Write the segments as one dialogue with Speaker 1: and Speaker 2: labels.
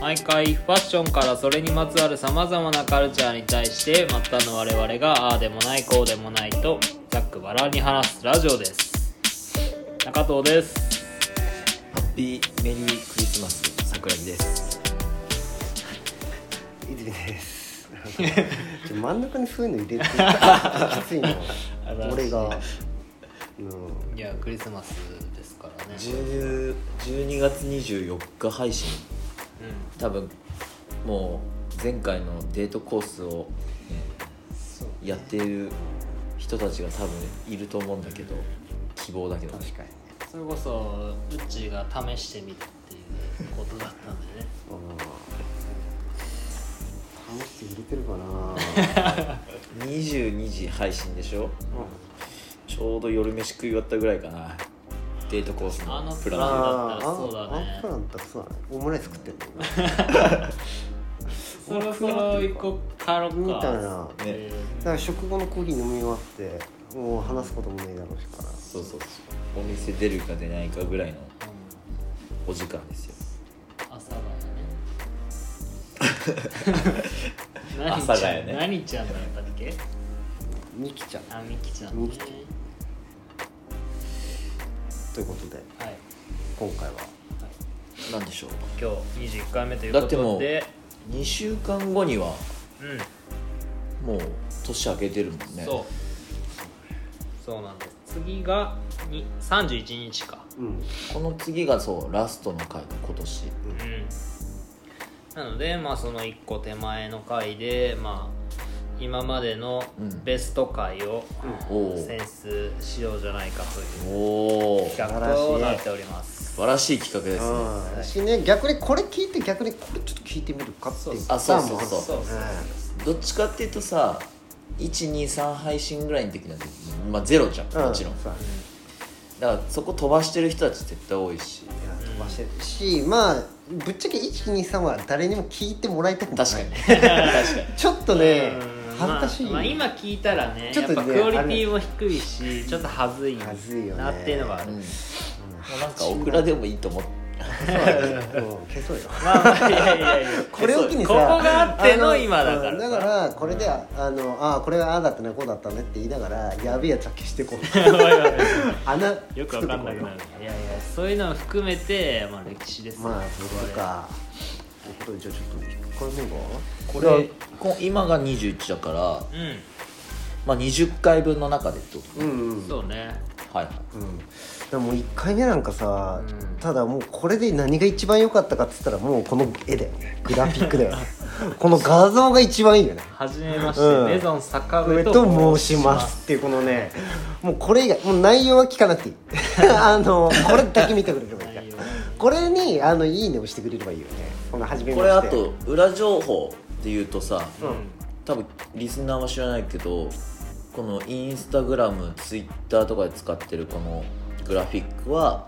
Speaker 1: 毎回ファッションからそれにまつわるさまざまなカルチャーに対して末端の我々がああでもないこうでもないとざっくばらんに話すラジオです中藤です
Speaker 2: ハッピーメリークリスマス桜木です。
Speaker 3: 泉です。ちょ真ん中にそういうの入れてきついな
Speaker 1: あら。
Speaker 3: 俺が。うん。
Speaker 1: いやクリスマスですからね
Speaker 2: 10 12月24日配信多分もう前回のデートコースをやっている人たちが多分いると思うんだけど希望だけどね
Speaker 3: かに。
Speaker 1: うんそれこそうっちーが試してみるっていうことだったんでね
Speaker 3: 試して入れてるかな。
Speaker 2: 22時配信でしょちょうど夜飯食い終わったぐらいかなデートコース
Speaker 1: あの
Speaker 2: のプ
Speaker 1: プランだ
Speaker 2: ラン
Speaker 1: ったら
Speaker 3: ー
Speaker 1: そうだね
Speaker 3: あそうなんだそうだね。オムライス食ってんだよ
Speaker 1: そろそろ行こう帰ろうか
Speaker 3: みたいな。
Speaker 2: ね
Speaker 1: え
Speaker 3: だから食後のコーヒー飲み終わって、もう話すこともねえだろうしから。
Speaker 2: そうそうそうお店出るか出ないかぐらい
Speaker 1: ー
Speaker 2: の
Speaker 1: うん
Speaker 2: お時間ですよ
Speaker 1: 朝だよね
Speaker 2: 阿佐ヶ谷 ね
Speaker 1: 何ちゃんだったっけ
Speaker 3: ミキちゃん。
Speaker 1: あみきちゃんね
Speaker 3: みきちということで
Speaker 1: はい、はい、
Speaker 3: 今回は
Speaker 2: なんでしょう
Speaker 1: 今日21回目ということで
Speaker 2: だってもう2週間後には
Speaker 1: うん
Speaker 2: もう年明けてるもんね
Speaker 1: そうそうなんです次がに31日か
Speaker 3: うん
Speaker 2: この次がそうラストの回の今年
Speaker 1: うんなのでまあその1個手前の回でまあ今までの
Speaker 2: うん
Speaker 1: ベスト回を
Speaker 2: おお
Speaker 1: 選出しようじゃないかという
Speaker 2: おお素
Speaker 1: 企画となっております
Speaker 2: 晴らしい企画ですね
Speaker 3: うんしね逆にこれ聞いて逆にこれちょっと聞いてみるかっていう
Speaker 2: あそうそう
Speaker 3: パ
Speaker 2: そう
Speaker 1: そうそう
Speaker 2: どっちかっていうとさ123配信ぐらいの時なんて、まあ、ゼロじゃん
Speaker 3: ターも
Speaker 2: もちろん、
Speaker 3: そうだね
Speaker 2: だからそこ飛ばしてる人たち絶対多いし
Speaker 3: いや飛ばしてるしまあぶっちゃけ123は誰にも聞いてもらいたくもない
Speaker 2: 確かに確かに
Speaker 3: ちょっとね
Speaker 1: うん
Speaker 3: 恥ずかしい、
Speaker 1: まあ、まあ今聞いたらね
Speaker 3: ちょっとね
Speaker 1: やっぱクオリティも低いしちょっと恥ずい
Speaker 3: 恥ずいよね
Speaker 1: なっていうのがある
Speaker 2: うんもうなんかオクラでもいいと思って
Speaker 3: うん消 そうよ
Speaker 1: まあまあいやいやいや
Speaker 3: これを機にさ
Speaker 1: ここがあっての
Speaker 3: あ
Speaker 1: 今だから
Speaker 3: うんだからこれで、あのあこれはああだったねこうだったねって言いながらやべえやつは消し てこう穴
Speaker 1: よくわかんなくなるいやいやそういうのを含めて、まあ、歴史ですよ
Speaker 3: まあそういうことかということでじゃあちょっと1回目が
Speaker 2: これこ今が21だから、
Speaker 1: う
Speaker 2: まあ、20回分の中でってこと
Speaker 3: うんうん
Speaker 1: んそうね
Speaker 2: はいはい
Speaker 3: うん、だからもう1回目なんかさ、
Speaker 1: うん
Speaker 3: ただもうこれで何が一番良かったかっつったらもうこの絵だよねグラフィッ クだよねこの画像が一番いいよね
Speaker 1: はじめまして、
Speaker 3: うん
Speaker 1: メゾン坂
Speaker 3: 上
Speaker 1: 上
Speaker 3: と
Speaker 1: と
Speaker 3: 申しますっていうこのねもうこれ以外もう内容は聞 かなくていいあのこれだけ見てくれればいいから
Speaker 1: 内容
Speaker 3: これにあのいいねをしてくれればいいよねこの初めまして
Speaker 2: これあと裏情報っていうとさ、
Speaker 1: うん
Speaker 2: 多分リスナーは知らないけどこのインスタグラムツイッターとかで使ってるこのグラフィックは、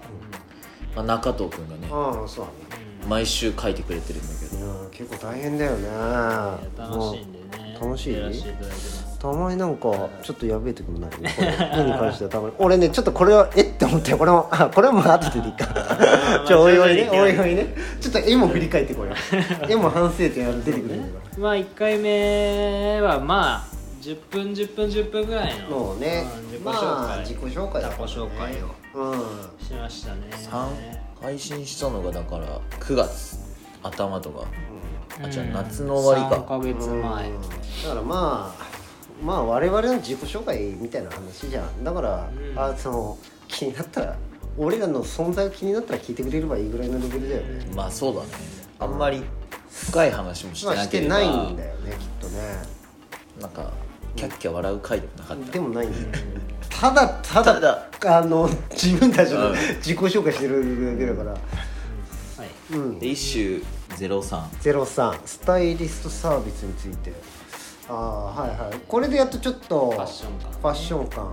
Speaker 2: まあ、中藤君がね
Speaker 3: ああそうだね
Speaker 2: 毎週書いてくれてるんだけど
Speaker 3: うん結構大変だよね
Speaker 1: いや楽しいんでね
Speaker 3: 楽しい
Speaker 1: やらせていただいてます
Speaker 3: たまになんかちょっとやべえ時もないこれ絵に関してはたまに俺ねちょっとこれはえって思ってこれもあこれはもう後ででいいかちょおいおいね
Speaker 1: まあ
Speaker 3: おいおいねちょっと絵も振り返ってこよう絵も反省点ある出てくるんだか
Speaker 1: まあ1回目はまあ10分10分10分ぐらいの
Speaker 3: らもうね
Speaker 1: ん自己紹介、
Speaker 3: まあ自己紹介だからね
Speaker 1: 自己紹介を
Speaker 3: う
Speaker 1: しましたね
Speaker 2: 三配信したのがだから9月頭とか、あじゃあ夏の終わり
Speaker 1: 3
Speaker 2: か、
Speaker 1: ヶ月
Speaker 3: ん
Speaker 1: 前
Speaker 3: うんだからまあまあ我々の自己紹介みたいな話じゃんだから、
Speaker 1: うん
Speaker 3: あその気になったら俺らの存在が気になったら聞いてくれればいいぐらいのレベルだよね、
Speaker 2: まあそうだねあんまり深い話もして
Speaker 3: まあ
Speaker 2: な
Speaker 3: し
Speaker 2: け
Speaker 3: て
Speaker 2: れば
Speaker 3: ないんだよねきっとね
Speaker 2: なんかキャッキャ笑う回でもなかった
Speaker 3: でもないんだよ ただただあの自分たちの
Speaker 2: うん
Speaker 3: 自己紹介してるだけだから
Speaker 1: はい
Speaker 3: うん
Speaker 2: で一周03
Speaker 3: 03スタイリストサービスについてああはいはいこれでやっとちょっと
Speaker 1: ファッション感
Speaker 3: ファッション感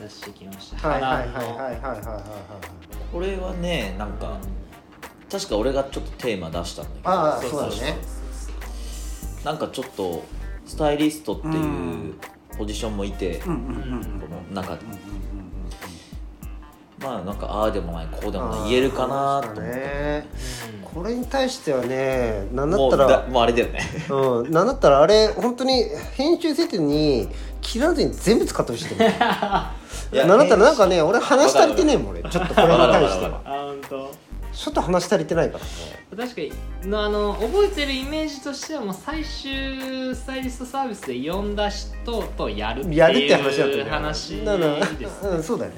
Speaker 1: 出してきました
Speaker 3: はいはいはい
Speaker 1: 花
Speaker 3: はい
Speaker 1: の
Speaker 3: はいはいはい
Speaker 2: これはねなんか確か俺がちょっとテーマ出したんだけど
Speaker 3: ああそうだね
Speaker 2: なんかちょっとスタイリストっていうポジションもいて、この中で、まあなんかああでもないこうでも
Speaker 3: あ
Speaker 2: な
Speaker 3: ー
Speaker 2: い言えるかなと
Speaker 3: そう
Speaker 2: 思っ
Speaker 3: だ
Speaker 2: て
Speaker 3: ねこれに対してはねなんだ
Speaker 2: も
Speaker 3: った
Speaker 2: うだ
Speaker 3: ら
Speaker 2: もうあれだ よね
Speaker 3: うん、なんだったらあれ本当に編集設定に切らずに全部使ってほしいと思う
Speaker 2: いや
Speaker 3: なんだったらなんかね俺話足りてねえもん俺ちょっとこれに対して
Speaker 2: わかるわかるわ
Speaker 3: は
Speaker 1: あ本当。
Speaker 3: ちょっと話足りてないからね
Speaker 1: 確かにのあの覚えてるイメージとしてはもう最終スタイリストサービスで呼んだ人とやるって
Speaker 3: やるって話だった
Speaker 1: い
Speaker 3: よ
Speaker 1: う
Speaker 3: ね
Speaker 1: 話です、ね、
Speaker 3: だからうんそうだよね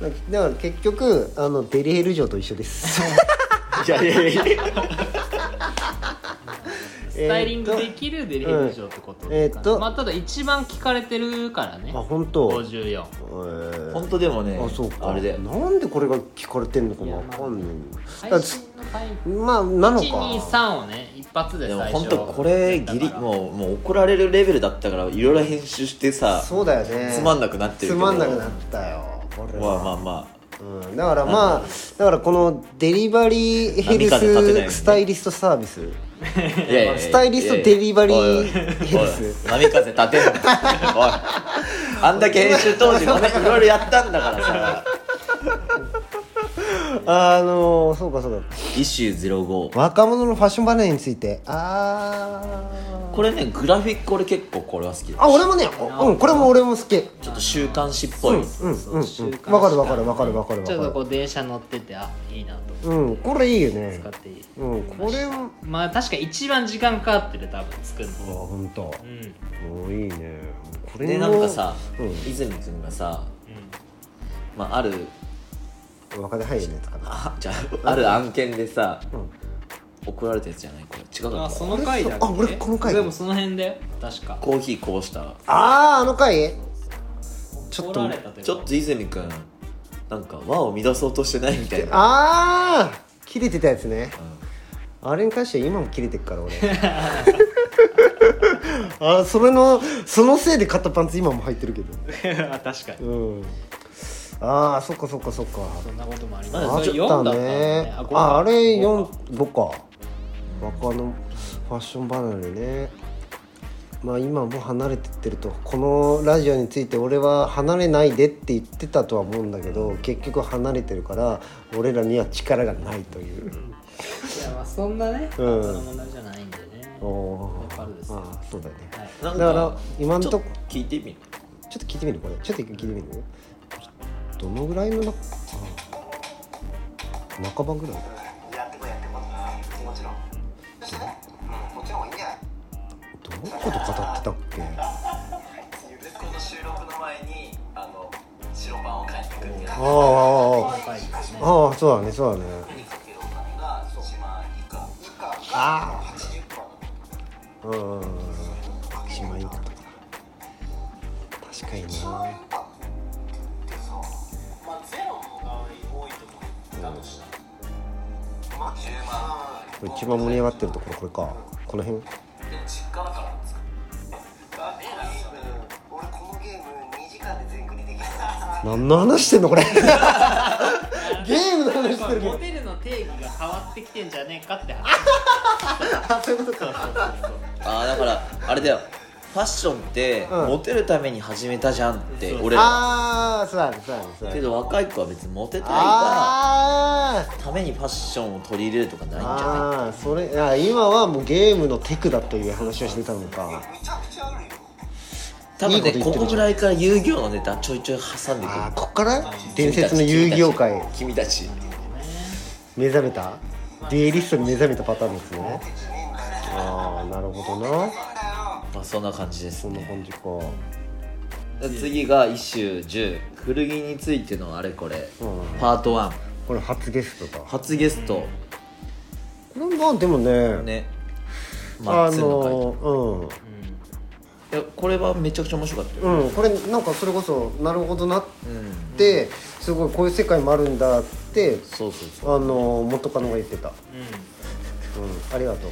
Speaker 3: だだから結局あのデリヘル嬢と一緒です
Speaker 2: いやいやいやいや
Speaker 1: スタイリングできるデリヘル嬢ってことかな
Speaker 3: えーっと
Speaker 1: まあ、ただ一番聞かれてるからね
Speaker 3: あ本当
Speaker 1: 54
Speaker 3: えー
Speaker 2: 本当でもね
Speaker 3: あそうか
Speaker 2: れだよ
Speaker 3: なんでこれが聞かれてんのかなわかんないだから
Speaker 1: 最新の回
Speaker 3: まあなのか
Speaker 1: 123をね一発で
Speaker 2: でも
Speaker 1: 最初
Speaker 2: 本当これギリもうもう怒られるレベルだったからいろいろ編集してさ
Speaker 3: そうだよね
Speaker 2: つまんなくなってる
Speaker 3: つ
Speaker 2: けど
Speaker 3: まんなくなったよこれ
Speaker 2: ま
Speaker 3: は
Speaker 2: あまあま
Speaker 3: うん、だからまあだからこのデリバリーヘル
Speaker 2: 波風立てないよう
Speaker 3: ス
Speaker 2: に
Speaker 3: スタイリストサービス
Speaker 2: あいやいやいや
Speaker 3: スタイリストデリバリーヘルス
Speaker 2: おいおい波風立てんのおいあんだけ編集当時もねいろいろやったんだからさ
Speaker 3: あのそうかそう
Speaker 2: イシュー05
Speaker 3: か若者のファッション離れについてあー
Speaker 2: これねグラフィック俺結構これは好きだ
Speaker 3: あ俺もねおうんこれも俺も好きうん
Speaker 2: ちょっと週刊誌っぽい、
Speaker 3: うんうん
Speaker 1: 週刊誌
Speaker 3: わかるわかるわかるわかるわ
Speaker 1: ちょっと
Speaker 3: か
Speaker 1: こう電車乗っててあいいなと
Speaker 3: るうんこれいいよね
Speaker 1: 使っていい
Speaker 3: うんこれも
Speaker 1: まあ確か一番時間かかってる多分作る
Speaker 3: あ
Speaker 1: の
Speaker 3: 本当。
Speaker 1: うんうん
Speaker 3: おいいねこれ
Speaker 2: でな
Speaker 3: も
Speaker 2: んかさ、
Speaker 3: うん
Speaker 2: 泉君がさ、まあ、ある
Speaker 3: 若手俳優のやつかな
Speaker 2: あじゃあある案件でさ、
Speaker 3: ん
Speaker 2: 怒られたやつじゃないこれ違うか
Speaker 1: あ
Speaker 2: った
Speaker 1: その回だっけ
Speaker 3: あ俺この回
Speaker 1: でもその辺で確か
Speaker 2: コーヒーこうした
Speaker 3: あああの回ちょっと
Speaker 1: 怒られたというか
Speaker 2: ちょっと泉君なんか和を乱そうとしてないみたいな
Speaker 3: ああ切れてたやつね、あれに関しては今も切れてるから俺あーそれのそのせいで買ったパンツ今も入ってるけど
Speaker 1: あ確かに
Speaker 3: うんああそっかそっかそっか
Speaker 1: そんなこともあり
Speaker 2: あ
Speaker 1: ますそれ
Speaker 3: ち
Speaker 1: 4
Speaker 3: ょっ
Speaker 1: だった
Speaker 3: と
Speaker 1: んだね
Speaker 3: ねああれ
Speaker 1: 4
Speaker 3: 45か若のファッション離れねまあ今もう離れてってるとこのラジオについて俺は離れないでって言ってたとは思うんだけど結局離れてるから俺らには力がないという、
Speaker 1: いやまあそんなね、
Speaker 3: うん
Speaker 1: その問題じゃないんでね
Speaker 3: おお
Speaker 1: わかるですよ
Speaker 3: ああそうだよね
Speaker 1: はい
Speaker 2: なん
Speaker 3: だから今んと
Speaker 2: ちょ
Speaker 3: こ
Speaker 2: っ聞いてみる
Speaker 3: ちょっと聞いてみるこれちょっと一回聞いてみるどのぐらいのなあ半ばぐらいだ
Speaker 4: やってこいやってこいもちろんそしてね、うん、こっちの方がいいんじゃない
Speaker 3: どのこと語ってたっけ
Speaker 4: この収録の前にあの白パンを買いに行くっていう
Speaker 3: ああああ
Speaker 1: 回ですね
Speaker 3: ああそうだねそうだね
Speaker 4: かけるお金が1万以下以下
Speaker 3: ああ
Speaker 4: 80%だと
Speaker 3: うんうんうん1万いかとか確かにな
Speaker 4: まあゼロの場合多いと思うだとしたらまあ10万
Speaker 3: これ一番盛り上がってるところこれかこの
Speaker 4: で
Speaker 3: 辺
Speaker 4: も実家だからなんですかだって俺このゲーム2時間で全クリできる
Speaker 3: 何の話してんのこ れゲームの話してるけ
Speaker 1: モ
Speaker 3: ど
Speaker 1: デルの定義が変わってきてんじゃねえかって話
Speaker 3: あそういうことか
Speaker 2: ああだからあれだよファッションって、
Speaker 3: うん
Speaker 2: モテるために始めたじゃんって俺ら
Speaker 3: ああそうだねそうだねそうだね
Speaker 2: けど若い子は別にモテたいが
Speaker 3: あー
Speaker 2: ためにファッションを取り入れるとかないんじゃ
Speaker 3: あーそれあ今はもうゲームのテクだという話をしてたのか
Speaker 4: めちゃくちゃあるよ
Speaker 2: ない多分ね
Speaker 3: いいこと言
Speaker 2: こ
Speaker 3: ってる
Speaker 2: こぐらいから遊戯王のネタちょいちょい挟んでくる
Speaker 3: ああこっから伝説の遊戯王界
Speaker 2: 君たち
Speaker 3: 目覚めた D リストに目覚めたパターンですねああなるほどな
Speaker 2: まあそんな感じです
Speaker 3: そんな
Speaker 2: ね
Speaker 3: 感じか
Speaker 2: で次が一周10古着についてのあれこれ、
Speaker 3: うん
Speaker 2: パート1
Speaker 3: これ初ゲストだこ
Speaker 2: 初ゲスト、
Speaker 3: れまあでもね
Speaker 2: ねマ
Speaker 3: あ
Speaker 2: ッツンの回、
Speaker 3: のー
Speaker 2: いやこれはめちゃくちゃ面白かったよ、
Speaker 3: うんうんこれなんかそれこそなるほどなっ
Speaker 2: うん
Speaker 3: てすごいこういう世界もあるんだって
Speaker 2: そうそう
Speaker 3: あのー元カノが言ってたうんありがとう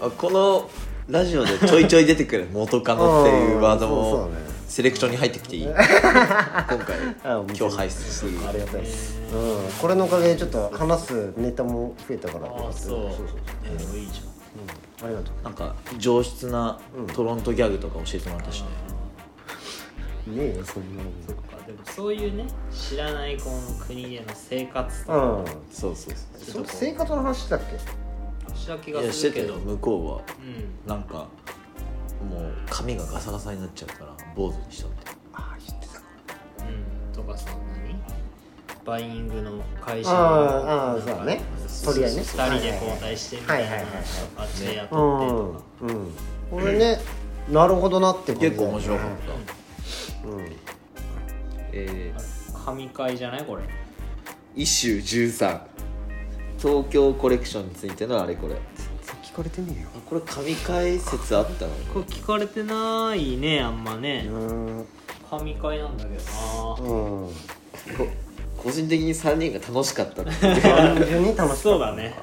Speaker 2: そうあこのラジオでちょいちょい出てくる元カノっていうワー
Speaker 3: う
Speaker 2: ド
Speaker 3: んそう
Speaker 2: も
Speaker 3: そうね
Speaker 2: セレクションに入ってきていい 今回
Speaker 3: あ面白
Speaker 2: 今
Speaker 3: い
Speaker 2: 日配信する
Speaker 3: ありがたいです、うん、これのおかげでちょっと話すネタも増えたから
Speaker 1: ああそう
Speaker 3: そうそう
Speaker 1: えでもいいじ
Speaker 3: ありがとう
Speaker 2: なんか上質なトロントギャグとか教えてもらったしね、
Speaker 1: ゃ
Speaker 3: ねえよそんなの
Speaker 1: とかでもそういうね知らないこの国での生活とか
Speaker 3: ああ
Speaker 2: そうそう
Speaker 1: ちょ
Speaker 2: そ
Speaker 3: そ
Speaker 1: っ
Speaker 3: う
Speaker 1: とこう
Speaker 3: 生活の話だっ
Speaker 1: した気
Speaker 2: う
Speaker 1: が
Speaker 2: いやし
Speaker 1: す
Speaker 2: て
Speaker 1: るけ
Speaker 2: て
Speaker 1: ど
Speaker 2: 向こう
Speaker 1: うん
Speaker 2: はなんかもう髪がガサガサになっちゃうから坊主にしたって
Speaker 1: うんとかそんなにバイングの会
Speaker 3: け
Speaker 1: 社
Speaker 3: ああああ
Speaker 1: なんか
Speaker 3: そうだね
Speaker 1: そ
Speaker 3: 取り合いね
Speaker 1: 二人で交代してみたいな
Speaker 3: はいはいはいはい
Speaker 1: あっちで
Speaker 3: う
Speaker 1: 雇
Speaker 3: ん
Speaker 1: ってとか
Speaker 3: うんこれねなるほどなって感じだ
Speaker 2: 結構面白かった、
Speaker 3: うん
Speaker 2: えー
Speaker 1: 神会じゃないこれ
Speaker 2: 一周13東京コレクションについてのあれこれ
Speaker 3: 聞かれてね
Speaker 2: あこれ神解説あったの
Speaker 1: これ聞かれてないねあんまね
Speaker 3: えようん
Speaker 1: 神会なんだけどな
Speaker 3: うん
Speaker 2: こ個人的に3人が楽しか ったっていう
Speaker 3: 単純に楽し
Speaker 1: そうだね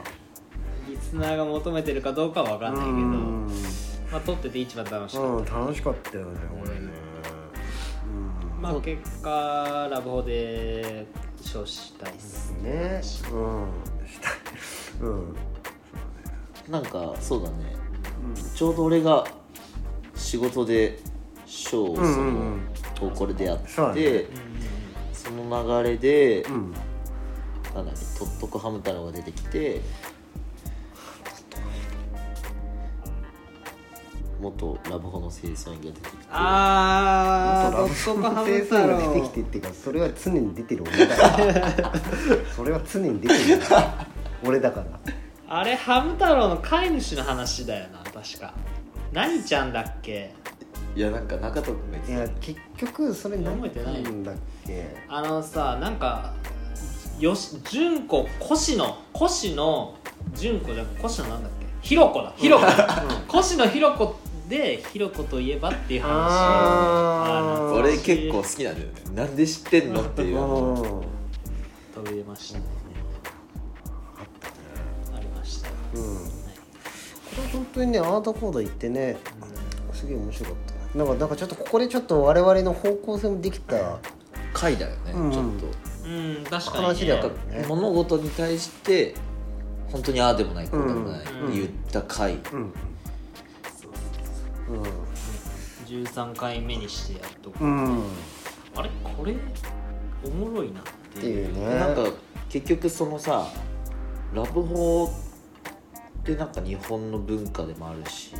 Speaker 1: リスナーが求めてるかどうかは分かんないけどまあ撮ってて一番楽しかっ
Speaker 3: うん楽しかったよねこれね
Speaker 1: たまあ結果ラブホで勝したいっす
Speaker 3: うんねうんしたいうん
Speaker 2: なんかそうだね、ちょうど俺が仕事でショーをそ
Speaker 3: う
Speaker 2: の、
Speaker 3: んうんうん
Speaker 2: とこれでやって
Speaker 3: そうだ
Speaker 2: そ,、
Speaker 3: ね
Speaker 2: の流れで、
Speaker 3: うん
Speaker 2: なんだっけトットコハム太郎が出てきて元ラブホの清掃員が出てきて
Speaker 1: あー
Speaker 3: ラ
Speaker 1: ド
Speaker 3: ブ
Speaker 1: ッ
Speaker 3: ソ
Speaker 1: ト
Speaker 3: ン
Speaker 1: コハ
Speaker 3: が
Speaker 1: ム
Speaker 3: 出
Speaker 1: 太郎
Speaker 3: てきてっていうかそれは常に出てる俺だからそれは常に出てる俺だから
Speaker 1: あれハム太郎の飼い主の話だよな確か何ちゃんだっけ
Speaker 2: いやなんか中戸君が言っ
Speaker 3: い
Speaker 2: て
Speaker 3: や結局それ何て言うんだっけ
Speaker 1: あのさなんかよし純子越野越野純子じゃなくて越野なんだっけひろこだひろこ越野ひろこでひろこといえばっていう話
Speaker 3: あー
Speaker 1: ー
Speaker 2: た
Speaker 1: 懐
Speaker 2: 俺
Speaker 1: かしい
Speaker 2: 結構好きなんだよねなんで知ってんのっていうの
Speaker 3: うん
Speaker 1: 飛び出ましたねありました
Speaker 3: うんこれ本当にねアートコード行ってねすげえ面白かったなんかなんかちょっとここでちょっと我々の方向性もできた
Speaker 2: 回だよね、
Speaker 3: うん
Speaker 2: ちょっと
Speaker 1: うん確かに、ね、
Speaker 3: 話では
Speaker 2: なんか物事に対して本当にああでもないこうでもない、
Speaker 1: うん
Speaker 2: 言った回
Speaker 3: うん
Speaker 1: 13回目にしてやっと
Speaker 3: うん、うん、っ
Speaker 1: あれこれおもろいなって
Speaker 3: て
Speaker 1: いう
Speaker 3: いうね
Speaker 2: なんか結局そのさラブホってなんか日本の文化でもあるし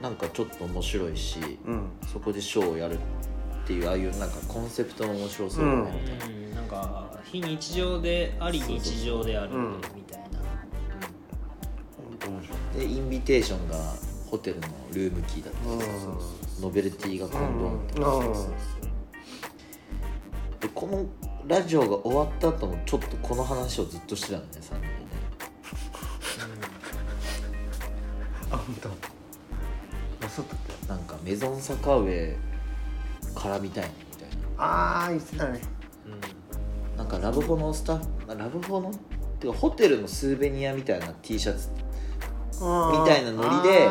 Speaker 2: なんかちょっと面白いし、
Speaker 3: うん
Speaker 2: そこでショーをやるっていうああいうなんかコンセプトの面白そうだね、
Speaker 1: うんなんか非日常であり日常であるみたいな
Speaker 3: 面白
Speaker 2: でインビテーションがホテルのルームキーだったり
Speaker 3: うん
Speaker 2: ノベルティがコンドームとか、
Speaker 3: うん
Speaker 2: そうそうそうでこのラジオが終わった後もちょっとこの話をずっとしてたのね3人でね
Speaker 3: あ本当。あそうだった
Speaker 2: なんかメゾン坂上からみたいなみたい
Speaker 3: ああ言ってたね
Speaker 2: ななんかラブホのスタッフあラブホのってかホテルのスーベニアみたいな T シャツ
Speaker 3: み
Speaker 2: みたいなノリで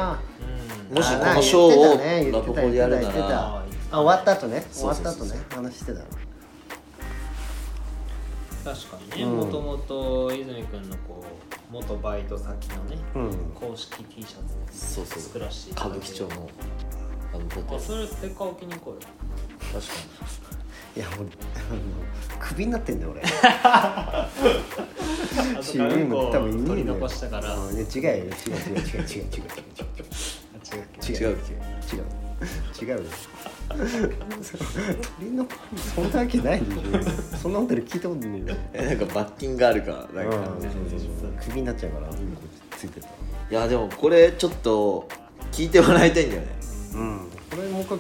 Speaker 1: うん
Speaker 2: もし
Speaker 3: あ
Speaker 2: こ
Speaker 3: ー
Speaker 2: のショーを
Speaker 3: 言ってたね
Speaker 2: ラブホでやるな
Speaker 3: 言ってた
Speaker 2: ら
Speaker 1: あー
Speaker 3: あ終わった後ね終
Speaker 2: そ
Speaker 3: わ
Speaker 2: う
Speaker 3: っ
Speaker 2: そう
Speaker 3: た
Speaker 2: そう
Speaker 3: 後ね話してたの
Speaker 1: 確かにね
Speaker 3: うん
Speaker 1: もともと泉君のこう元バイト先のね
Speaker 3: うん
Speaker 1: 公式 T シャツで
Speaker 2: そうそう
Speaker 1: 作らせてい
Speaker 2: 歌
Speaker 1: ただ
Speaker 2: 舞
Speaker 1: いて
Speaker 2: 伎町のラブホテル
Speaker 1: あ
Speaker 2: 確か
Speaker 1: それステッカー置きに行こうよ
Speaker 3: いやもうあのクビになってんだよ俺
Speaker 1: あそ
Speaker 3: チ
Speaker 1: っか
Speaker 3: ー
Speaker 1: うん
Speaker 3: ム
Speaker 1: こ
Speaker 3: も多分いねえのよ
Speaker 1: 取り残したから
Speaker 3: うんいや違うよ違う違う違う違う違う違
Speaker 1: あ違うっけ
Speaker 3: う違う違う
Speaker 2: に違うっけ
Speaker 3: 違う違うよ鳥のそんなわけないでしょそんなホテル聞いたことないよ
Speaker 2: えなんか罰金があるからなんか、
Speaker 3: うん
Speaker 2: い
Speaker 3: そうそうそうクビになっちゃうからうんこついてた
Speaker 2: やでもこれちょっと聞いてもらいたいんだよね
Speaker 3: うんこれもう一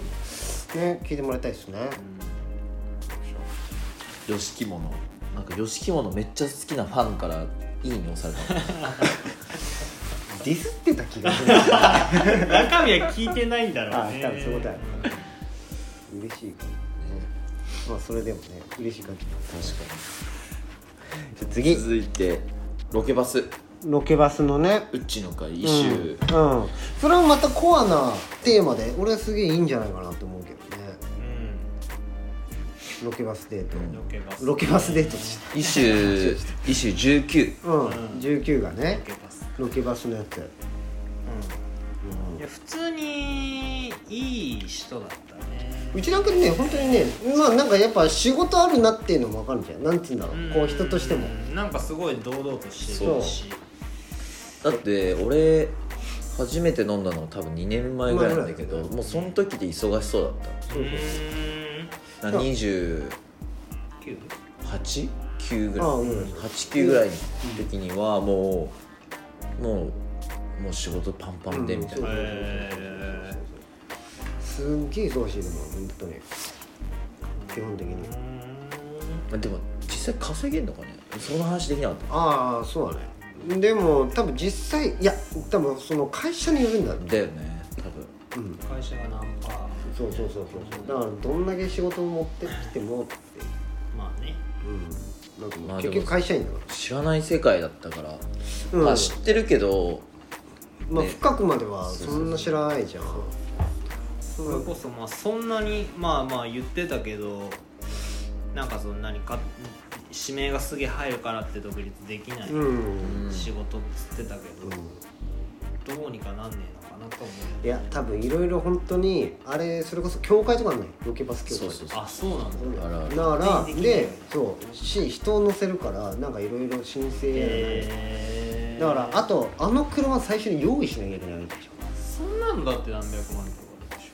Speaker 3: 回ね聞いてもらいたいですね
Speaker 2: 吉木物なんか吉木物めっちゃ好きなファンからいいね押された の
Speaker 3: ディスってた気が するんですよ
Speaker 1: 中身は聞いてないんだろ
Speaker 3: あ
Speaker 1: うね
Speaker 3: 多分そういうことや嬉しいかもまあそれでもね嬉しいかも
Speaker 2: 確かに
Speaker 3: じゃあ次
Speaker 2: 続いてロケバス
Speaker 3: ロケバスのね
Speaker 2: うっちの会一周、
Speaker 3: うん、うん、それはまたコアなテーマで俺はすげえいいんじゃないかなと思うけどねロケバスデー
Speaker 1: うん
Speaker 3: ト
Speaker 1: ロケバス
Speaker 3: ロケバスデートでし
Speaker 2: 一 周一周19
Speaker 3: たうん、19がね
Speaker 1: ロケバス
Speaker 3: ロケバスのやつ
Speaker 1: いや普通にいい人だったね
Speaker 3: うちなんかね本当にねまあなんかやっぱ仕事あるなっていうのも分かるじゃんなんつうんだろうこう人としても
Speaker 1: んなんかすごい堂々としてるし
Speaker 2: だって俺初めて飲んだの多分2年前ぐらいなんだけどもうその時で忙しそうだった
Speaker 1: うーん
Speaker 2: な
Speaker 3: そう
Speaker 2: 289
Speaker 1: キュー
Speaker 2: ぐらい
Speaker 3: あうん
Speaker 2: 89ぐらいの時にはもうもうもう仕事パンパンでみたいな、
Speaker 3: うん
Speaker 1: え
Speaker 3: すっげえ忙しいでも本当に基本的に
Speaker 1: ーうーん
Speaker 2: でも実際稼げんのかねその話できなかった
Speaker 3: ああそうだねでも多分実際いや多分その会社によるんだろうね
Speaker 2: だよね多分
Speaker 3: うん
Speaker 1: 会社がナンパ
Speaker 3: そうそうそうそうそうだからどんだけ仕事を持ってきてもって
Speaker 1: まあね
Speaker 3: うんなんかも
Speaker 2: ま
Speaker 3: う
Speaker 2: あ
Speaker 3: 結
Speaker 2: で
Speaker 3: 局
Speaker 2: も
Speaker 3: 会社員だか
Speaker 2: 知らない世界だったから、
Speaker 3: ら、うん
Speaker 2: まあ知ってるけど
Speaker 3: まあ
Speaker 2: ね
Speaker 3: 深くまではそんな知らないじゃん
Speaker 1: それこそまあそんなにまあまあ言ってたけどなんかそんなにか指名がすげえ入るからって独立できない
Speaker 3: うん、うん
Speaker 1: 仕事っつってたけど、どうにかなんねえのかなと思う
Speaker 3: いや多分いろいろ本当にあれそれこそ教会とかあんのよロケバス協会とか
Speaker 2: そうそう
Speaker 1: あそうなんだ
Speaker 3: うんだ
Speaker 2: あらあら
Speaker 3: か
Speaker 1: 全然で
Speaker 3: ら
Speaker 1: きない
Speaker 3: でそうし人を乗せるからなんかいろいろ申請やらない
Speaker 1: えー、
Speaker 3: だからあとあの車最初に用意しなきゃいけないわけでしょ
Speaker 1: そんなんだって何百万とかでし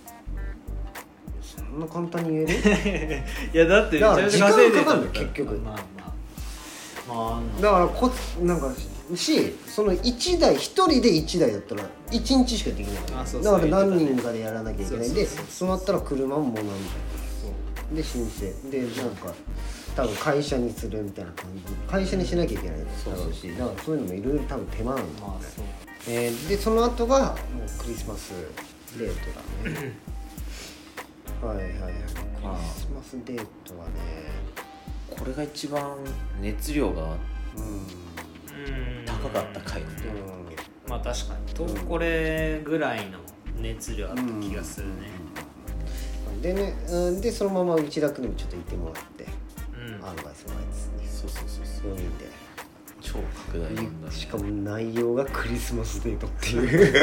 Speaker 3: そんな簡単に言え る
Speaker 1: ょいやだってめち
Speaker 3: だ
Speaker 1: ゃ
Speaker 3: から
Speaker 1: めちゃ稼いでたん
Speaker 3: 時間かかるの結局
Speaker 1: まあまあまああんの
Speaker 3: だからこなんかしその1台1人で1台だったら1日しかできない
Speaker 1: あそう
Speaker 3: だ
Speaker 1: そう
Speaker 3: から何人かでやらなきゃいけない
Speaker 1: そうそう
Speaker 3: で
Speaker 1: そう
Speaker 3: そうなったら車ももらうみたいなで申請でなんか多分会社にするみたいな感じ会社にしなきゃいけないだろうしだからそういうのもいろいろ多分手間なんだ
Speaker 1: まあそう
Speaker 3: えーでその後がもうクリスマスデートだね はいはいはいクリスマスデートはね
Speaker 2: これが一番熱量が
Speaker 3: う
Speaker 1: う
Speaker 3: ん
Speaker 1: ん
Speaker 2: 高かった回なんだよ
Speaker 3: うん
Speaker 1: まあ確かにとこれぐらいの熱量あった気がするね
Speaker 3: でねうんでそのまま内田君にもちょっと行ってもらって、
Speaker 1: うん、
Speaker 3: アドバイスもらいつ
Speaker 2: そうそうそう
Speaker 3: つ
Speaker 2: そう
Speaker 3: に4人で、
Speaker 2: 超拡大なんだね
Speaker 3: しかも内容がクリスマスデートっていうフ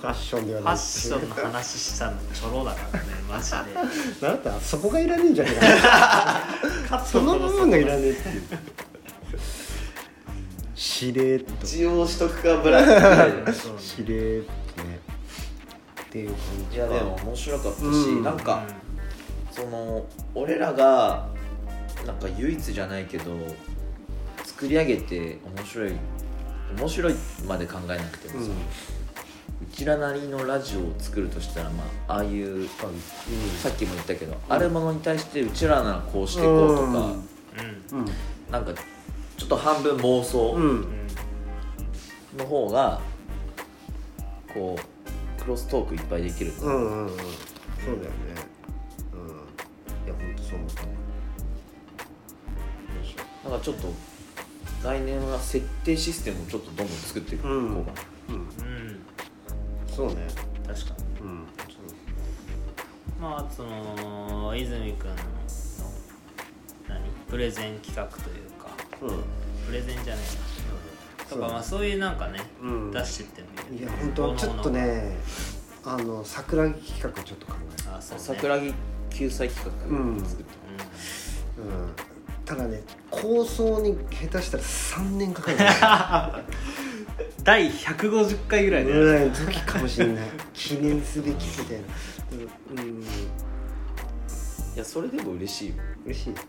Speaker 3: ァッションでは
Speaker 1: ファッ
Speaker 3: ない
Speaker 1: ションの話したのちょろだからねマ ジで
Speaker 3: あなたそこがいらねえんじゃねえかその部分がいらねえっていうしれーっと
Speaker 2: 一応しとくかブラック
Speaker 1: そう
Speaker 3: しれーっとねっていう感
Speaker 2: い
Speaker 3: じ
Speaker 2: やでも面白かったし、
Speaker 3: うん
Speaker 2: なんか、その俺らがなんか唯一じゃないけど作り上げて面白い面白いまで考えなくても
Speaker 3: うん
Speaker 2: さ、
Speaker 3: うん
Speaker 2: うちらなりのラジオを作るとしたら、まあ、ああいうさっきも言ったけど、あるものに対してうちらならこうしていこうとか、
Speaker 3: うん
Speaker 1: うん
Speaker 3: うん
Speaker 2: なんかちょっと半分妄想
Speaker 3: うん
Speaker 1: うん
Speaker 2: の方が、こうクロストークいっぱいできる
Speaker 3: うんうんうんそうだよねうんいや本当そう思った
Speaker 2: なんかちょっと来年は設定システムをちょっとどんどん作っていこうかな、
Speaker 3: うんうん
Speaker 1: うん
Speaker 3: そうね
Speaker 1: 確かに
Speaker 3: うん
Speaker 1: まあその泉君の何プレゼン企画というか
Speaker 3: う
Speaker 1: プレゼンじゃねえなとかまあそういうなんかね、
Speaker 3: うん
Speaker 1: 出してっても
Speaker 3: ん
Speaker 1: い
Speaker 3: い
Speaker 1: いよ
Speaker 3: や
Speaker 1: ね
Speaker 3: 本当ちょっとねあの桜木企画ちょっと考え
Speaker 1: あそう、ね、
Speaker 2: 桜木救済企画から作って、
Speaker 3: たうんただね構想に下手したら三年かかる
Speaker 1: うん第150回ぐらいでや
Speaker 3: ぐ
Speaker 1: る
Speaker 3: らいの時かもしれない記念すべきみたいなうんうん
Speaker 2: いやそれでも嬉しいよ、
Speaker 3: 嬉しい
Speaker 2: うん
Speaker 3: そう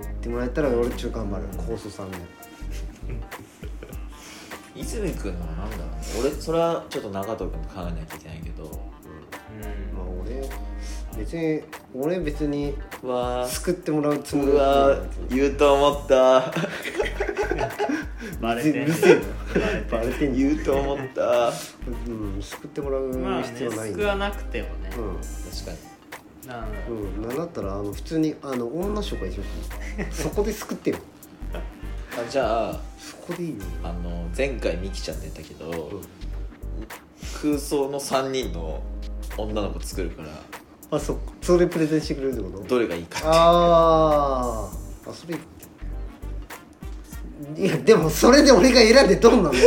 Speaker 3: 言ってもらえたら俺ちょっと頑張る構想三年
Speaker 2: 泉君のはなんだろうね俺それはちょっと長藤君と考えなきゃいけないけど
Speaker 3: まあ俺別に俺別に
Speaker 2: わあ
Speaker 3: 救ってもらうつもり
Speaker 2: うわ
Speaker 3: 別に
Speaker 2: ー言うと思った
Speaker 1: うんバレて
Speaker 3: うるせえなバレてんじゃん
Speaker 2: 言うと思った
Speaker 3: うん救ってもらう
Speaker 1: まあね
Speaker 3: 必要ない、
Speaker 1: 救わなくてもね、
Speaker 2: 確かに
Speaker 1: なんだ
Speaker 3: う、
Speaker 1: ろうん
Speaker 3: うん、なんだったらあの普通にあの女紹介しようかそこで救ってよ
Speaker 2: あじゃあ
Speaker 3: そこでいいよ
Speaker 2: あの前回ミキちゃん出たけど、空想の3人の女の子作るから
Speaker 3: あそそれプレゼンしてくれるってこと
Speaker 2: どれがいいか
Speaker 3: あーあそれいいか いやでもそれで俺が選んでどうなんだよ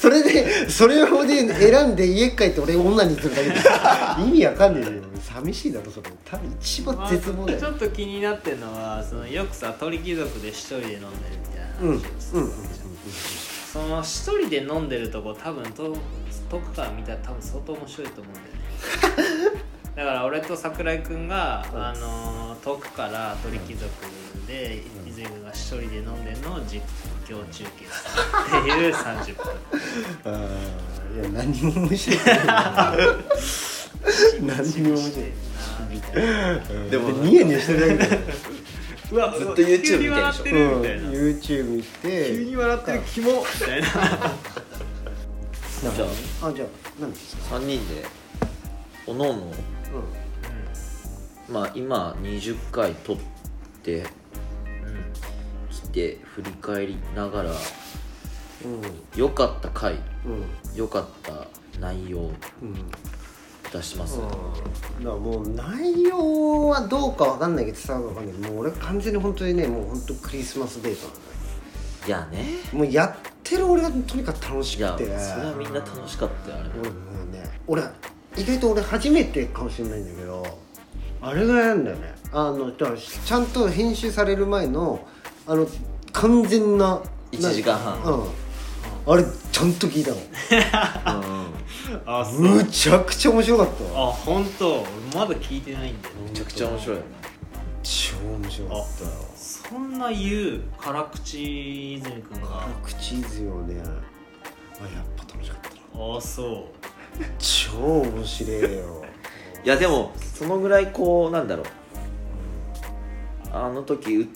Speaker 3: それそれでそれをで選んで家帰って俺女にするだけ で意味わかんねえよ寂しいだろそれ多分一番絶望だ
Speaker 1: ちょ
Speaker 3: よ
Speaker 1: っと気になってるのはそのよくさ鳥貴族で一人で飲んでるみたいな
Speaker 3: うんう
Speaker 1: 話をするわけじ
Speaker 3: ん
Speaker 1: ゃんその一人で飲んでるとこ多分と遠くから見たら多分相当面白いと思うんだよね だから俺と桜井くんが、あのー遠くから鳥貴族で泉君が一人で飲んでるのを実況中継するっていう30分
Speaker 3: あーいや何も面白くない何も面白くない
Speaker 2: でも
Speaker 3: ニヤニヤしてるだけだよ
Speaker 1: うわ
Speaker 2: ずっと YouTube
Speaker 1: 急に笑ってるみたいな、
Speaker 3: うん YouTube 見て
Speaker 1: 急に笑ってるキモみたいな
Speaker 3: なん
Speaker 2: じゃ
Speaker 3: かあじゃあ何ですか、
Speaker 2: 3人でおのおの
Speaker 3: う
Speaker 2: まあ今20回撮ってきて振り返りながら
Speaker 3: んうん
Speaker 2: 良かった回
Speaker 3: うん
Speaker 2: 良かった内容
Speaker 3: うん
Speaker 2: 出します、
Speaker 3: だからもう内容はどうかわかんないけど伝わるかわかんないけどもう俺完全に本当にねもう本当クリスマスデートなんだよ
Speaker 2: いやね
Speaker 3: もうやってる俺がとにかく楽し
Speaker 2: いや
Speaker 3: く
Speaker 2: そ
Speaker 3: て
Speaker 2: れはみんな楽しかったよあれ
Speaker 3: 俺もうね俺意外と俺初めてかもしれないんだけどあれがやんだよねあのだからちゃんと編集される前のあの完全な
Speaker 2: 1時間半
Speaker 3: うんあれちゃんと聞いたの
Speaker 2: うん
Speaker 1: あそう
Speaker 3: むちゃくちゃ面白かったわ
Speaker 1: あ本当まだ聞いてないんだよ
Speaker 2: めちゃくちゃ面白いよね
Speaker 3: 超面白かったよ
Speaker 1: そんな言う辛口泉君が
Speaker 3: 口ずよねあやっぱ楽しかったな
Speaker 1: あそ
Speaker 3: 超面白いよ
Speaker 2: いやでもそのぐらいこうなんだろうあの時う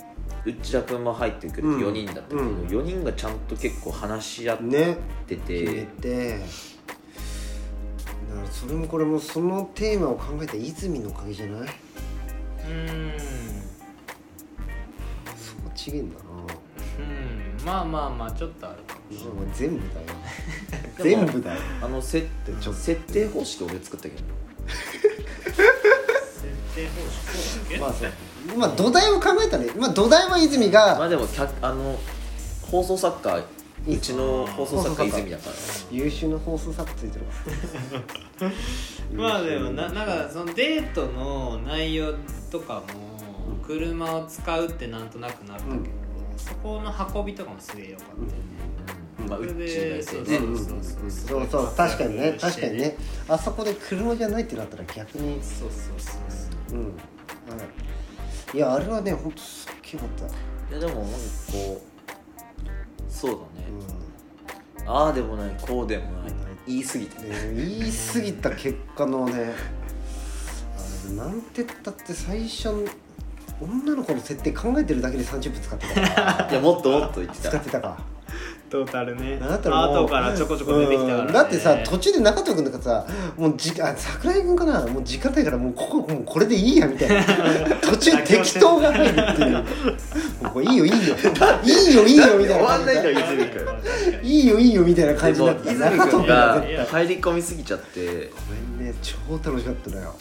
Speaker 2: 内田君も入ってくれて
Speaker 3: うん
Speaker 2: 4人だったけど、
Speaker 3: うん
Speaker 2: 4人がちゃんと結構話し合っ
Speaker 3: ね
Speaker 2: てて、
Speaker 3: 決めてだからそれもこれもそのテーマを考えた泉のおかげじゃないう
Speaker 1: うーん
Speaker 3: そこちげえんだな
Speaker 1: うんまあまあまあちょっとあるかも
Speaker 3: なんか全部だよ全部だよ
Speaker 2: あの設
Speaker 3: でちょっと
Speaker 2: 設定方式俺作ったけど
Speaker 1: 設定方式そうだっけ、
Speaker 3: まあそうまあ土台を考えたねまあ土台は泉が、
Speaker 2: まあでも客あの放送作家うちの放送作家泉だから
Speaker 3: 優秀な放送作家ついてるわ
Speaker 1: まあでもななんかそのデートの内容とかも車を使うってなんとなくなったけど、
Speaker 3: うん
Speaker 1: そこの運びとかもすげえよかったよね、
Speaker 2: うんまあう
Speaker 1: そ
Speaker 2: ち
Speaker 1: れ
Speaker 2: の
Speaker 1: で
Speaker 2: やつ
Speaker 1: そ
Speaker 2: よ
Speaker 1: う
Speaker 2: ね
Speaker 1: そうそうそう
Speaker 3: そうそう確かにね確かにねあそこで車じゃないってなったら逆に
Speaker 1: そうそうそうそう
Speaker 3: うんいやあれはね本当すっげえよかった、
Speaker 2: いやでもなんかこうそうだね、
Speaker 3: う
Speaker 2: ああでもないこうでもない、言い過ぎて
Speaker 3: ん、で言い過ぎた結果のねあれなんてったって最初の女の子の設定考えてるだけで30分使ってた から
Speaker 2: いやもっともっと言って
Speaker 3: 使
Speaker 2: た
Speaker 3: ってたか
Speaker 1: トータルね
Speaker 3: だったらもう
Speaker 1: 後からちょこちょこ出てきたから、ね
Speaker 3: うんだってさ途中で中藤君とかさもうじあ桜井君かなもう時間ないからもうここもうこれでいいやみたいな 途中適当が入るっていうもうこれいいよいいよいいよいいよみたいな感じで
Speaker 2: よ泉君
Speaker 3: いいよいいよみたいな 感じになって
Speaker 2: で
Speaker 3: た中
Speaker 2: も泉君
Speaker 3: 藤君は
Speaker 2: が
Speaker 3: 絶対
Speaker 2: 入り込みすぎちゃって
Speaker 3: ごめんね超楽しかったのよ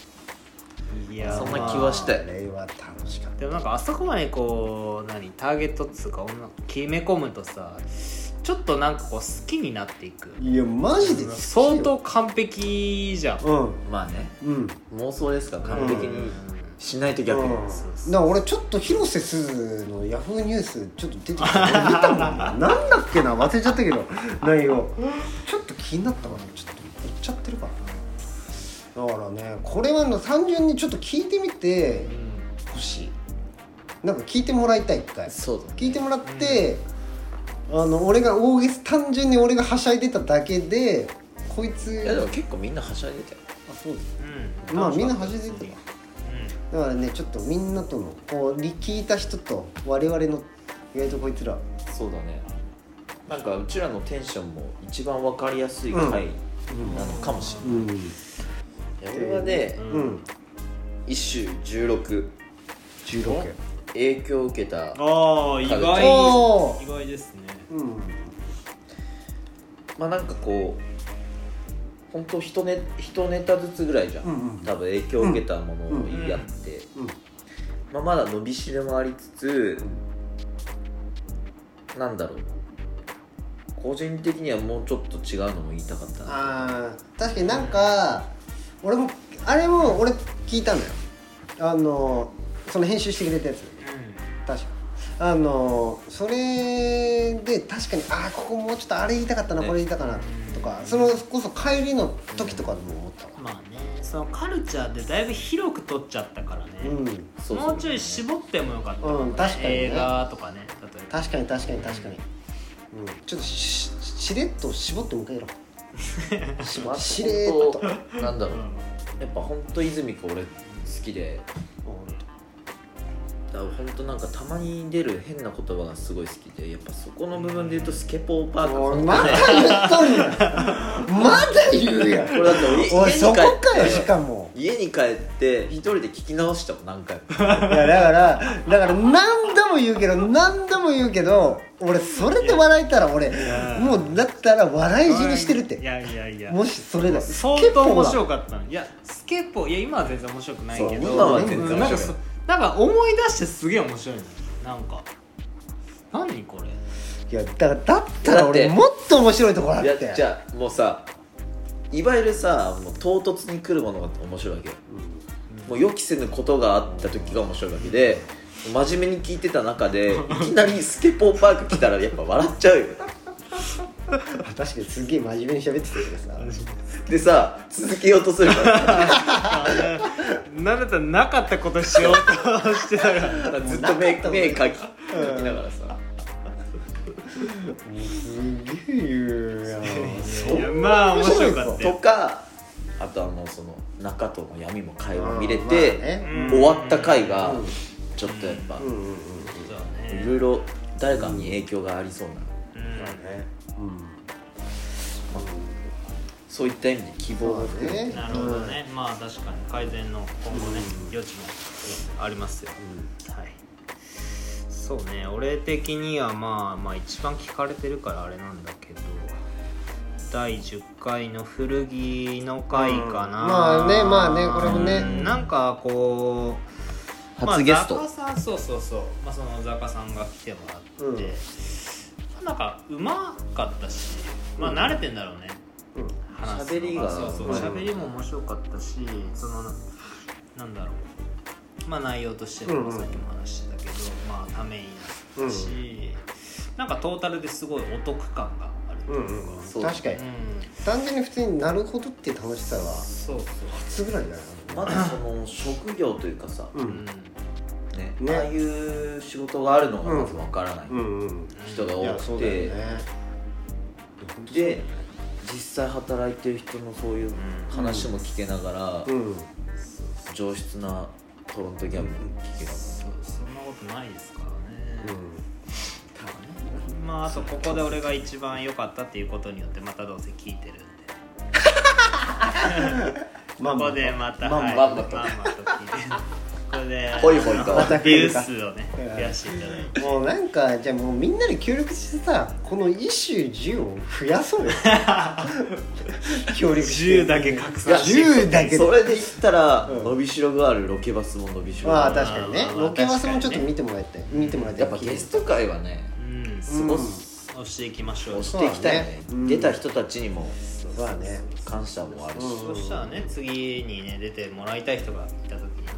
Speaker 1: いや
Speaker 2: そんな気はしたよ
Speaker 3: あれは楽しかっ
Speaker 1: でもなんかあそこまでこう何ターゲットっつうか女決め込むとさちょっとなんかこう好きになっていく
Speaker 3: たいやマジで
Speaker 1: 相当完璧じゃん、
Speaker 3: うん
Speaker 2: まあね
Speaker 3: うん
Speaker 2: 妄想ですから完璧にしないと
Speaker 3: うん、だ
Speaker 2: 逆に、
Speaker 3: から俺ちょっと広瀬すずのヤフーニュースちょっと出てきた俺見たもんななんだっけな忘れちゃったけど内容ちょっと気になったからちょっと言っちゃってるからなだからねこれはの単純にちょっと聞いてみて
Speaker 1: うん
Speaker 3: ほしいなんか聞いてもらいたい一回
Speaker 2: そうだね
Speaker 3: 聞いてもらって、あの俺が大げさ単純に俺がはしゃいでただけでこいつ
Speaker 2: いやでも結構みんなはしゃいでたよ
Speaker 3: あそうです
Speaker 1: うん
Speaker 3: まあみんなはしゃいで
Speaker 1: う
Speaker 3: た
Speaker 1: ん
Speaker 3: わだからねちょっとみんなとのこう聞いた人と我々の意外とこいつら
Speaker 2: そうだねなんかうちらのテンションも一番わかりやすい回なのかもし
Speaker 3: うん
Speaker 2: れない、いや俺はね、
Speaker 1: うん
Speaker 3: うん
Speaker 2: 一周16
Speaker 3: 16
Speaker 2: 影響を受けた
Speaker 1: ああ意外
Speaker 3: お
Speaker 1: 意外ですね
Speaker 3: ーうん
Speaker 2: まあなんかこう本当一ネ一ネタずつぐらいじゃん、
Speaker 3: うんうん
Speaker 2: 多分影響を受けたものを言い合って、
Speaker 3: うん
Speaker 2: まあ、まだ伸びしろもありつつ、なんだろう個人的にはもうちょっと違うのも言いたかったな
Speaker 3: あー確かになんか俺もあれも俺聞いたのよあのその編集してくれたやつ確かあのそれで確かにああここもうちょっとあれ言いたかったな、
Speaker 2: ね
Speaker 3: これ言いたかなとかそのこそ帰りの時とかでも思ったわ
Speaker 1: まあねそのカルチャーでだいぶ広く取っちゃったからね、
Speaker 3: うん
Speaker 2: そうそう
Speaker 1: もうちょい絞ってもよかったかもね、
Speaker 3: うん確かにね
Speaker 1: 映画とかね例えば
Speaker 3: 確かに確かに確かに、うん、ちょっとしししれっと絞ってもう一回やろうし
Speaker 2: まあ
Speaker 3: しれっと
Speaker 2: 本当なんだろう
Speaker 1: うん
Speaker 2: やっぱ本当泉子俺好きでだから本当なんかたまに出る変な言葉がすごい好きでやっぱそこの部分で言うとスケポーパーク
Speaker 3: おい
Speaker 2: 本
Speaker 3: まだ
Speaker 2: 当ね
Speaker 3: 言っとんのまだ言うやん
Speaker 2: これだって
Speaker 3: お
Speaker 2: 俺
Speaker 3: い
Speaker 2: 家に
Speaker 3: そこかよ
Speaker 2: 帰
Speaker 3: し
Speaker 2: って
Speaker 3: かも
Speaker 2: 家に帰って一人で聞き直したもん何回も
Speaker 3: いやだからだから何度も言うけど何度も言うけど俺それで笑えたら俺
Speaker 1: や
Speaker 3: もうだったら笑い死にしてるっ
Speaker 1: い
Speaker 3: て
Speaker 1: やいやいや
Speaker 3: もしそれだ
Speaker 1: 相
Speaker 3: 結
Speaker 1: 当
Speaker 3: 構
Speaker 1: 面
Speaker 3: だ
Speaker 1: 白かったのいやスケポーいや今は全然面白くないけど
Speaker 2: そう今は全然
Speaker 1: うんなんかそなんか思い出してすげえ面白いのなんか何これ
Speaker 3: いやだからだったら
Speaker 2: だ
Speaker 3: 俺
Speaker 2: って
Speaker 3: もっと面白いところあっ
Speaker 2: いや
Speaker 3: て
Speaker 2: じゃあもうさいわゆるさもう唐突に来るものが面白いわけよ、もう予期せぬことがあった時が面白いわけで真面目に聞いてた中でいきなりスケポーパーク来たらやっぱ笑っちゃうよ
Speaker 3: 確かにすげえ真面目に喋ってたけどさ
Speaker 2: でさ続けようとするから
Speaker 1: なんだったらなかったことしようとしてたから
Speaker 2: さずっと目目かきかきながらさ
Speaker 3: すげえ言うやん
Speaker 1: いやまあ面白かった
Speaker 2: と
Speaker 1: よ
Speaker 2: かあとはもうその中との闇も会話見れ
Speaker 3: うんまあね
Speaker 1: う
Speaker 2: て、
Speaker 1: ん
Speaker 2: 終わった回がちょっとやっぱ、
Speaker 3: うんうんうん
Speaker 1: そう
Speaker 2: い
Speaker 1: ね
Speaker 2: ろいろ誰かに影響がありそうな、
Speaker 1: うん
Speaker 2: そういった意味で希望
Speaker 3: そ
Speaker 2: を
Speaker 3: うだね
Speaker 1: なるほどね、まあ確かに改善の今後ね、余地もありますよ、はいそうね俺的にはまあまあ一番聞かれてるからあれなんだけど第10回の古着の回かな、
Speaker 3: まあねまあねこれもね
Speaker 1: うんなんかこう
Speaker 2: 初ゲスト、
Speaker 1: まあ、ザカさんそうそうそう、まあ、そのザカさんが来てもらって、
Speaker 3: うん
Speaker 1: まあなんかうまかったしまあ慣れてんだろうね、
Speaker 3: うん
Speaker 1: 話す
Speaker 2: 喋りが
Speaker 1: そうそう
Speaker 2: うん
Speaker 1: 喋りも面白かったしそのなんだろうまあ内容としてもさっきも話してたけど、まあためになったし、なんかトータルですごいお得感があるといううん
Speaker 3: うん
Speaker 2: そう
Speaker 3: 確かに
Speaker 1: か、
Speaker 3: 単純に普通になるほどって楽しさは
Speaker 1: そうそう、
Speaker 3: 普通ぐらいだよ
Speaker 2: まだその職業というかさ、
Speaker 3: う
Speaker 1: うんん、
Speaker 2: ね
Speaker 3: ね
Speaker 2: ああいう仕事があるのがまずわからない、
Speaker 3: うんうん
Speaker 2: 人が
Speaker 3: いや
Speaker 2: 多
Speaker 3: そ
Speaker 2: く
Speaker 3: うだ
Speaker 2: て、
Speaker 3: よね
Speaker 2: で実際働いてる人のそういう話も聞けながら、
Speaker 3: うん
Speaker 2: 上質なトロントギャンブルも聞ける、
Speaker 1: そうそんなことないですからね、まああとここで俺が一番良かったっていうことによってまたどうせ聞いてるんで
Speaker 3: まあ
Speaker 1: ここでまた
Speaker 3: まあ
Speaker 1: はい
Speaker 2: まんまと
Speaker 1: まんまと聞いてるここで
Speaker 2: ほいほいと
Speaker 1: あのビュー数をね
Speaker 3: また増えるか
Speaker 1: 増やしていただいて
Speaker 3: もうなんかじゃあもうみんなで協力してさこの一周10を増やそうよ協力して
Speaker 1: 10だけ拡
Speaker 3: いや
Speaker 1: 散して
Speaker 3: 10だけ
Speaker 2: それで言ったら、
Speaker 3: うん
Speaker 2: 伸びしろがあるロケバスも伸びしろ
Speaker 3: ま
Speaker 2: が
Speaker 3: あ
Speaker 2: ある、
Speaker 3: 確かにねロケバスもちょっと見てもらいたい見てもらいたい
Speaker 2: やっぱゲスト界はね
Speaker 1: うん
Speaker 2: すごい
Speaker 1: 押していきましょう
Speaker 2: 押していきたいね
Speaker 3: そうだねうん
Speaker 2: 出た人たちにも
Speaker 3: まあね
Speaker 2: 感謝もあるし、
Speaker 3: うん
Speaker 1: そしたらね次にね出てもらいたい人がいた時にね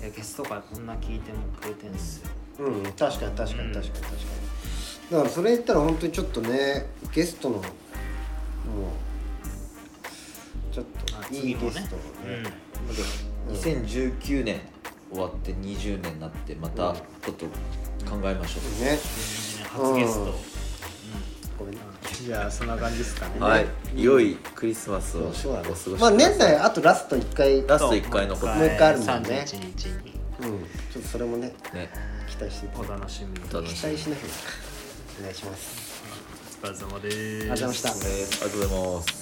Speaker 1: いやゲストからこんな聞いてもくれてんすよ
Speaker 3: うん確かに確かに確かに確かにだからそれ言ったら本当にちょっとねゲストのもうちょっ
Speaker 1: まあ
Speaker 3: といい
Speaker 1: 次も
Speaker 3: ゲ
Speaker 1: ね
Speaker 3: ストをねうん
Speaker 2: 2019年終わって20年になってまたちょっと考えましょう、
Speaker 3: ね
Speaker 1: 初ゲスト
Speaker 3: うん
Speaker 1: うん
Speaker 3: ごめんね
Speaker 1: じゃあそんな感じですかね
Speaker 2: はい良いクリスマスをお過
Speaker 3: そうだね
Speaker 2: ごしくだ
Speaker 3: まあ
Speaker 2: さい、
Speaker 3: 年内あとラスト1回うんちょ
Speaker 2: ラスト1回のこと
Speaker 1: も
Speaker 2: ね
Speaker 1: う
Speaker 3: もう一回あるもんね
Speaker 1: 31日に
Speaker 3: っとそれもね
Speaker 2: ね
Speaker 3: 期待していた
Speaker 1: お
Speaker 3: だ
Speaker 1: 楽しみに
Speaker 2: お楽
Speaker 1: お
Speaker 2: し
Speaker 3: 期待しないでお願いします
Speaker 1: 疲れ様です
Speaker 3: ありがとうございました
Speaker 2: みにありがとうございます